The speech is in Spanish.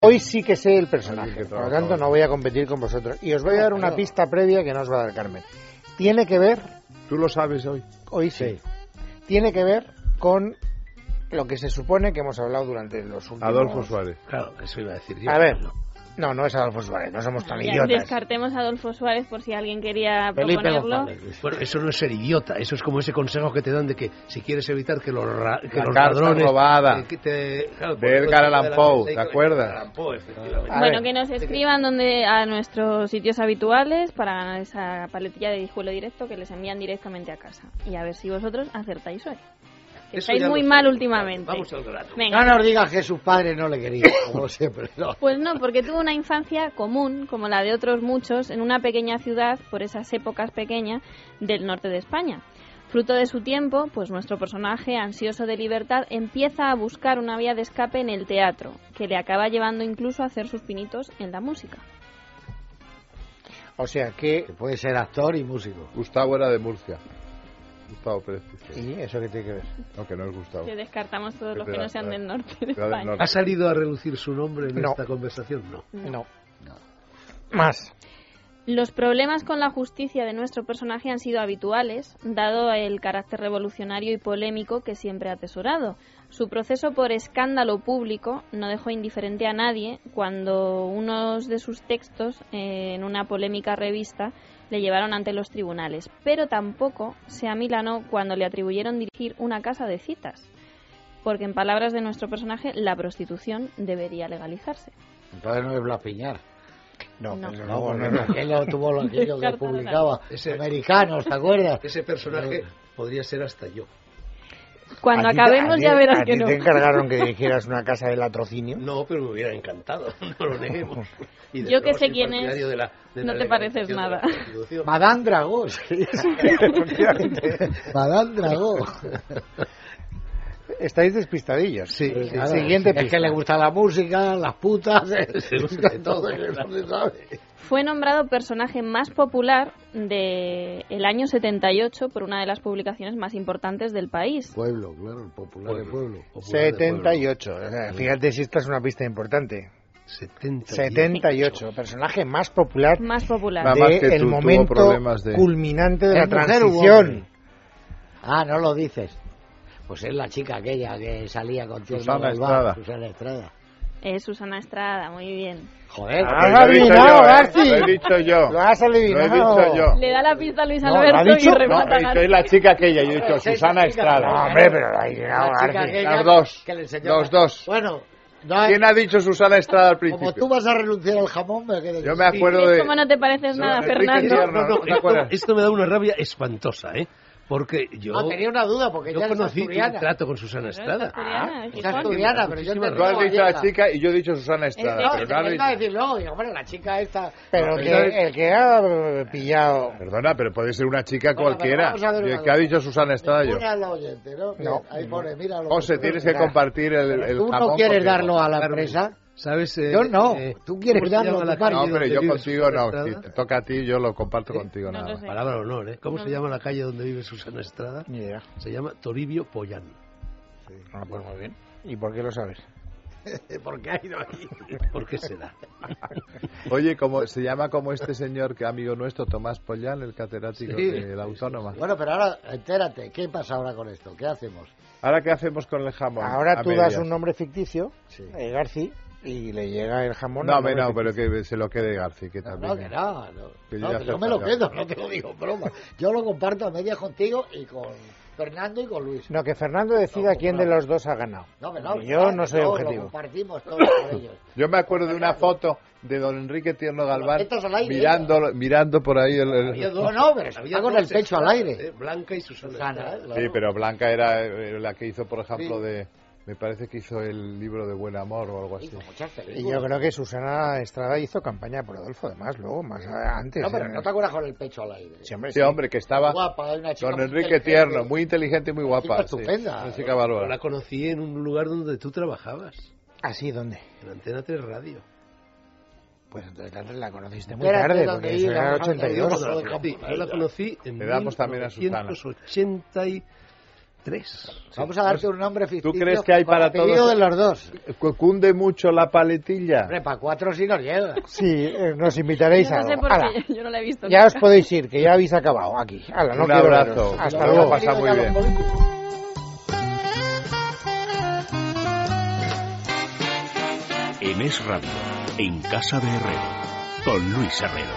Hoy sí que sé el personaje, por lo tanto no voy a competir con vosotros. Y os voy a dar una pista previa que no os va a dar Carmen. Tiene que ver, Tú lo sabes hoy. hoy sí, tiene que ver con lo que se supone que hemos hablado durante los últimos... Adolfo Suárez. Claro, eso iba a decir yo. A ver, no, no es Adolfo Suárez, no somos tan Ya, idiotas. descartemos a Adolfo Suárez por si alguien quería Felipe proponerlo. González. Bueno, eso no es ser idiota, eso es como ese consejo que te dan de que si quieres evitar que los, ra- que La los carta ladrones... robada. eh, que te- claro, De por- Edgar Allan Poe, ¿te Edgar acuerdas? Allan Poe, efectivamente. A Bueno, ver. que nos escriban donde a nuestros sitios habituales para ganar esa paletilla de Dijuelo Directo que les envían directamente a casa. Y a ver si vosotros acertáis hoy. Que Eso estáis ya muy lo mal sabemos. últimamente. Vamos al grano. Venga. No nos digas que sus padres no le querían, como siempre. No. Pues no, porque tuvo una infancia común, como la de otros muchos, en una pequeña ciudad, por esas épocas pequeña, del norte de España. Fruto de su tiempo, pues nuestro personaje, ansioso de libertad, empieza a buscar una vía de escape en el teatro, que le acaba llevando incluso a hacer sus pinitos en la música. O sea que... Que puede ser actor y músico. Gustavo era de Murcia. Gustavo Pérez. Pizarro. ¿Y eso qué tiene que ver? No, que no es Gustavo. Que descartamos todos los Ciudad- que no sean del norte de Ciudad del España. Norte. ¿Ha salido a relucir su nombre en No. esta conversación? No. No. Más. Los problemas con la justicia de nuestro personaje han sido habituales, dado el carácter revolucionario y polémico que siempre ha atesorado. Su proceso por escándalo público no dejó indiferente a nadie cuando unos de sus textos, eh, en una polémica revista, le llevaron ante los tribunales, pero tampoco se amilanó cuando le atribuyeron dirigir una casa de citas, porque en palabras de nuestro personaje, la prostitución debería legalizarse. Entonces no es Blas Piñar. No, No. desde No, luego porque no, no. aquello tuvo lo aquello que Descartado. publicaba. Ese- Americanos, ¿te acuerdas? Ese personaje podría ser hasta yo. Cuando A ti te- acabemos a ti- ya verás a que ti no. te encargaron que dirigieras una casa de latrocinio? No, pero me hubiera encantado, no lo neguemos. Y desde Yo que luego sé soy quién es, partidario de la- de no la te pareces legalización de la nada. prostitución. Madame Dragó. sí. Madame Dragó. Estáis despistadillos. Sí. Claro, Siguiente Es que pista. le gusta la música, las putas, eh. Sí, busca todo, que no se sabe. Fue nombrado personaje más popular del el año 78 por una de las publicaciones más importantes del país. Pueblo, claro, el popular de pueblo. Popular de pueblo. 78. O sea, fíjate si esta es una pista importante. 78. 78. Personaje más popular Más popular. Nada más de que tú el tuvo momento problemas de- culminante de la ¿Es mujer u transición. hombre? Ah, no lo dices. Pues es la chica aquella que salía contigo. Susana en el bar, Estrada. Susana Estrada. Es Eh, Susana Estrada, muy bien. Joder. Ah, Lo he dicho adivinado, yo, ¿eh? Arti. Lo he dicho yo. Lo has Lo he adivinado. dicho yo. Le da la pista a Luis No, ¿lo Alberto ha dicho? y No, remata he dicho, es Nancy. la chica aquella. Yo he dicho Susana No, Estrada. hombre, pero lo ha adivinado La chica Arti. aquella Las dos. que le enseñó- Los dos. Bueno, no es- ¿Quién ha dicho Susana Estrada al Ah, como principio? tú vas a renunciar al jamón, me quedo Yo me acuerdo ¿Ves de... cómo no te pareces No, nada, Enrique Fernando? Tierno. No, no, ¿Te acuerdas? esto, esto me da una rabia espantosa, ¿eh? Porque yo, No, Ah, tenía una duda porque yo ya eres conocí un asturiana. trato con Susana Estrada. Asturiana, Es Gijón. asturiana, pero yo te Tú has digo dicho a gallega. la chica y yo he dicho Susana Estrada. No, pero te no has vengo a dicho- decir luego, digo, bueno, la chica esta... Pero No, que, pero- el que ha eh, pillado. Perdona, pero puede ser una chica Bueno, cualquiera. pero vamos a ver una ¿Qué ha cosa. dicho Susana Estrada yo? Ninguna es la oyente, ¿no? Bien, No. Ahí pone, mira lo José, que- tienes que compartir el, el Tú jamón no quieres porque- darlo a la Carmen, empresa. ¿Sabes? eh, Yo no, tú quieres ¿cómo se darlo llama a la tu padre. No, calle pero donde yo vive contigo Susana no. Estrada? Si te toca a ti, yo lo comparto contigo No nada lo más. sé. Palabra de honor, ¿eh? ¿Cómo se llama la calle donde vive Susana Estrada? Ni idea. Se llama Toribio Pollán. Ah, pues muy bien. ¿Y por qué lo sabes? ¿Por qué ha ido aquí? ¿Por qué será? Oye, como se llama como este señor que amigo nuestro, Tomás Pollán, el catedrático Sí. de la Autónoma. Bueno, pero ahora, entérate, ¿qué pasa ahora con esto? ¿Qué hacemos? Ahora, ¿qué hacemos con el jamón? Ahora Pues, A tú medias. das un nombre ficticio, Sí. eh, Garci, y le llega el jamón. No, al hombre, nombre no, pero que se lo quede Garci, que No, también. no, que no, no. Que No, ya que se yo me lo acabó. quedo, no te lo digo, en broma. Yo lo comparto a medias contigo y con Fernando y con Luis. No, que Fernando decida No, quién no. de los dos ha ganado. No, que no, Yo que no soy lo objetivo. compartimos todos con ellos. Yo me acuerdo de una foto de don Enrique Tierno Galván Estás al aire, mirando, mirando por ahí el- el, Había No, no, pero está con dos el pecho al Estradas, aire. ¿eh? Blanca y Susana Susana, Estrada. ¿eh? Claro. Sí, pero Blanca era eh, la que hizo, por ejemplo, de. Me parece que hizo el libro de Buen Amor o algo Y así. con muchas películas. Y yo creo que Susana Estrada hizo campaña por Adolfo, además, luego, más antes. No, pero eh. no te acuerdas con el pecho al aire. Sí, hombre, Sí, sí. hombre, que estaba. Guapa, hay una chica Don muy Enrique inteligente. Tierno, muy inteligente y muy Una chica guapa. sí. estupenda. Una chica Yo La bárbara. conocí en un lugar donde tú trabajabas, ¿Así ¿Ah, dónde? en Antena 3 Radio. Pues entonces la- la conociste muy Espérate, tarde, ¿dónde porque eso iba? Ah, era el ¿Dónde Yo 82. iba? la conocí- yo la conocí en Le damos también a Susana. 1983. tres. Vamos a darte un nombre ficticio. crees que hay con para apellido todos? de los dos. Cu- Cunde mucho la paletilla. Hombre, para cuatro sí nos llega. Sí, eh, nos invitaréis Yo a no sé algo. por Ala, qué, yo no la he visto. ya os nunca. podéis ir, que ya habéis acabado aquí. Ala, no Un quiero abrazo. veros. Hasta Lo luego. hemos pasado muy bien. En Es Radio, en Casa de Herrero, con Luis Herrero.